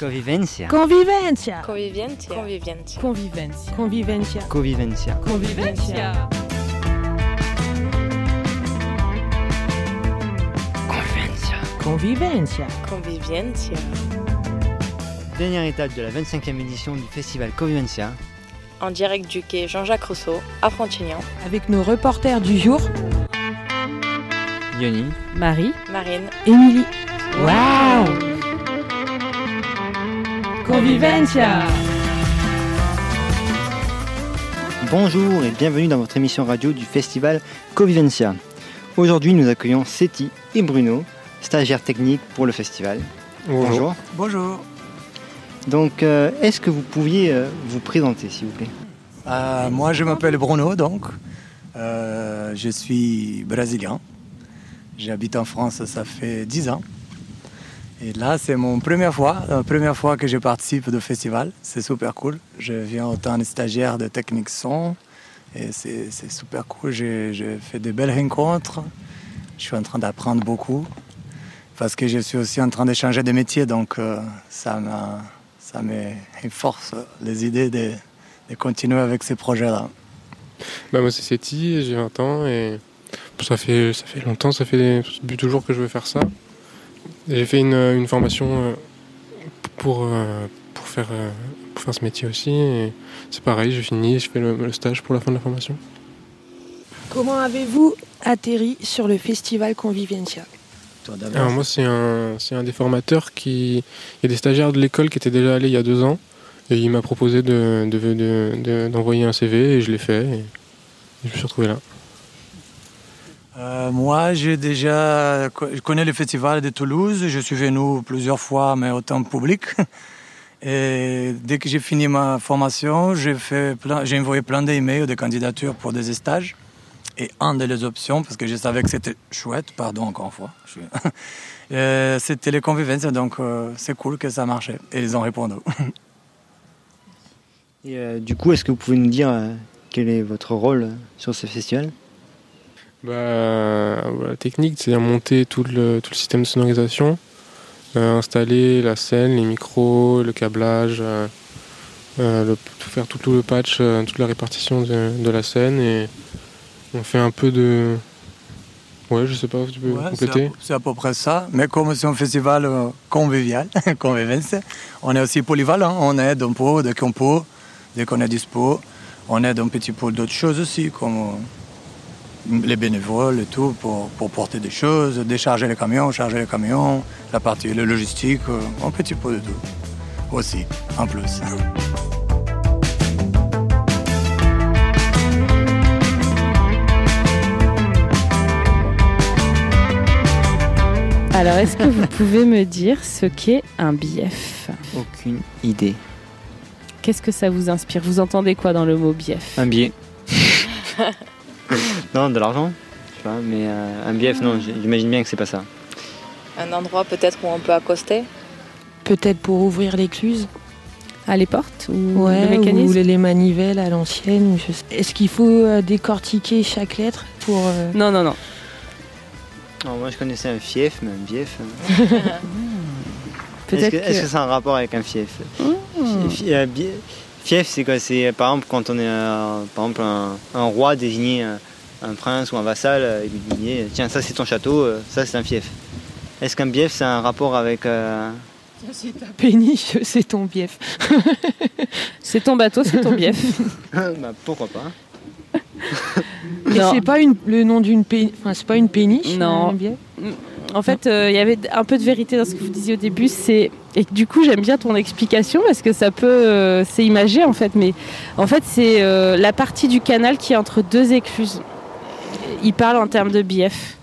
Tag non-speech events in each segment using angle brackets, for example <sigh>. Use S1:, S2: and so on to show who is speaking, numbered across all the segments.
S1: Convivencia.
S2: Convivencia.
S3: Convivencia.
S4: Convivencia. Convivencia.
S3: Convivencia. Convivencia.
S2: Convivencia.
S3: Convivencia.
S2: Convivencia.
S3: Convivencia.
S4: Convivencia.
S2: Dernière étape de la 25e édition du festival Convivencia.
S4: En direct du quai Jean-Jacques Rousseau à Frontignan.
S3: Avec nos reporters du jour,
S2: Yoni.
S1: Marie.
S4: Marine.
S3: Émilie.
S1: Waouh
S3: Convivencia.
S2: Bonjour et bienvenue dans votre émission radio du festival Convivencia. Aujourd'hui, nous accueillons Seti et Bruno, stagiaires techniques pour le festival. Bonjour.
S5: Bonjour.
S2: Donc, euh, est-ce que vous pouviez euh, vous présenter, s'il vous plaît
S5: Euh, moi, je m'appelle Bruno, donc. Euh, je suis brésilien. J'habite en France, ça fait 10 ans. Et là, c'est mon première fois, la première fois que je participe au festival. C'est super cool. Je viens en tant que stagiaire de technique son. Et c'est c'est super cool. J'ai j'ai fait de belles rencontres. Je suis en train d'apprendre beaucoup. Parce que je suis aussi en train de changer de métier, donc euh, ça m'a- ça me renforce les idées de, de continuer avec ces projets-là.
S6: Bah moi c'est Seti, j'ai 20 ans et ça fait, ça fait longtemps, ça fait depuis toujours que je veux faire ça. Et J'ai fait une, euh, une formation euh, pour, euh, pour, faire, euh, pour faire ce métier aussi et c'est pareil, je finis, je fais le, le stage pour la fin de la formation.
S3: Comment avez-vous atterri sur le festival Convivencia
S5: Toi d'abord.
S2: Euh,
S6: Alors moi c'est un, c'est un des formateurs qui... Il y a des stagiaires de l'école qui étaient déjà allés il y a deux ans et il m'a proposé de, de- de- de- d'envoyer un CV et je l'ai fait et je me suis retrouvé là.
S5: Euh, moi, j'ai déjà, je connais le festival de Toulouse. Je suis venu plusieurs fois, mais autant public. <laughs> Et dès que j'ai fini ma formation, j'ai fait plein- j'ai envoyé plein d'emails, de candidatures pour des stages. Et un de les options, parce que je savais que c'était chouette, pardon encore une fois, je suis- <laughs> Euh, c'était les convivences, donc euh, c'est cool que ça marchait. Et ils ont répondu.
S2: Et euh, du coup, est-ce que vous pouvez nous dire euh, quel est votre rôle euh, sur ce festival
S6: Bah, voilà, la technique, c'est-à-dire monter tout le, tout le système de sonorisation, euh, installer la scène, les micros, le câblage, euh, euh, le- tout- faire tout, tout le patch, euh, toute la répartition de, de la scène et on fait un peu de. Ouais, je sais pas, tu peux
S5: Ouais, c'est
S6: compléter.
S5: à peu- C'est à, peu près ça. Mais comme c'est un festival euh, convivial, <laughs> convivence, on est aussi polyvalent. hein. On aide un peu dès qu'on peut, dès qu'on est dispo. On aide un petit peu d'autres choses aussi, comme euh, les bénévoles et tout, pour, pour porter des choses, décharger les camions, charger les camions, la partie la logistique, euh, un petit peu de tout. Aussi, en plus. <laughs>
S1: Alors, est-ce que vous pouvez me dire ce qu'est un bief
S2: Aucune idée.
S1: Qu'est-ce que ça vous inspire Vous entendez quoi dans le mot bief
S2: Un <laughs> billet. non, de l'argent. Je sais pas, mais euh, un billet, non, j'imagine bien que c'est pas ça.
S4: Un endroit peut-être où on peut accoster.
S3: Peut-être pour ouvrir l'écluse
S1: À les portes ou
S3: Ouais,
S1: le mécanisme
S3: ou les, les manivelles à l'ancienne. je sais- Est-ce qu'il faut euh, décortiquer chaque lettre pour... euh,
S1: Non, non, non.
S2: Non, moi je connaissais un fief, mais un bief. euh, Est-ce
S1: Peut-être
S2: que
S1: que-
S2: est-ce que c'est un rapport avec un fief Fi- fi- euh, bi- Fief, c'est quoi C'est euh, par exemple quand on est euh, par exemple un, un roi désigné euh, un prince ou un vassal, euh, il lui disait tiens ça c'est ton château, euh, ça c'est un fief. Est-ce qu'un bief c'est un rapport avec euh, <laughs>
S3: Péniche, <laughs> c'est ton bief.
S1: C'est ton bateau, c'est ton
S3: <laughs>
S1: bief.
S2: bah, pourquoi pas
S3: Et
S1: Non.
S3: c'est pas une, le nom d'une péniche. Enfin, c'est pas une péniche.
S1: Non.
S3: un bief
S1: En fait, euh, il y avait un peu de vérité dans ce que vous disiez au début. C'est et du coup, j'aime bien ton explication parce que ça peut, euh, c'est imagé en fait. Mais en fait, c'est euh, la partie du canal qui est entre deux écluses. Il parle en termes de bief.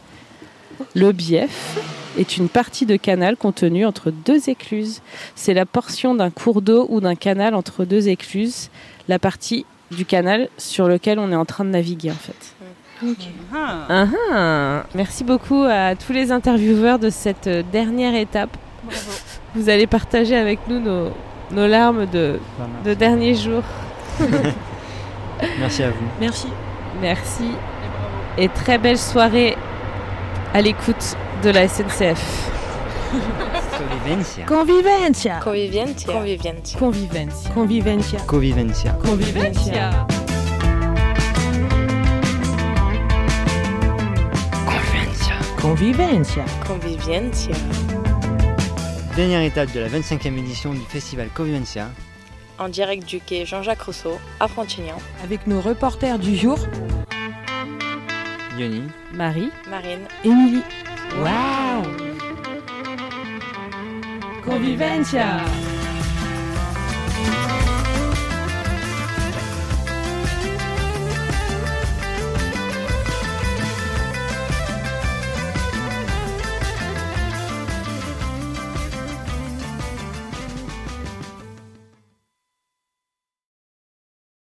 S1: Le bief est une partie de canal contenue entre deux écluses. C'est la portion d'un cours d'eau ou d'un canal entre deux écluses, la partie du canal sur lequel on est en train de naviguer en fait. Ah ah. Merci beaucoup à tous les intervieweurs de cette euh, dernière étape. Vous allez partager avec nous nos, nos larmes de, de dernier jour.
S2: Merci à vous.
S3: Merci.
S1: Merci et très belle soirée à l'écoute de la SNCF.
S2: Convivencia.
S3: Convivencia.
S4: Convivientia. Convivientia.
S1: Convivencia.
S3: Convivencia.
S2: Convivencia.
S1: Convivencia.
S3: Convivencia.
S4: Convivientia.
S2: Dernière étape de la 25e édition du festival Convivencia.
S4: En direct du quai Jean-Jacques Rousseau à Frontignan.
S3: Avec nos reporters du jour.
S2: Yoni.
S1: Marie.
S4: Marine.
S3: Émilie. Waouh Convivencia.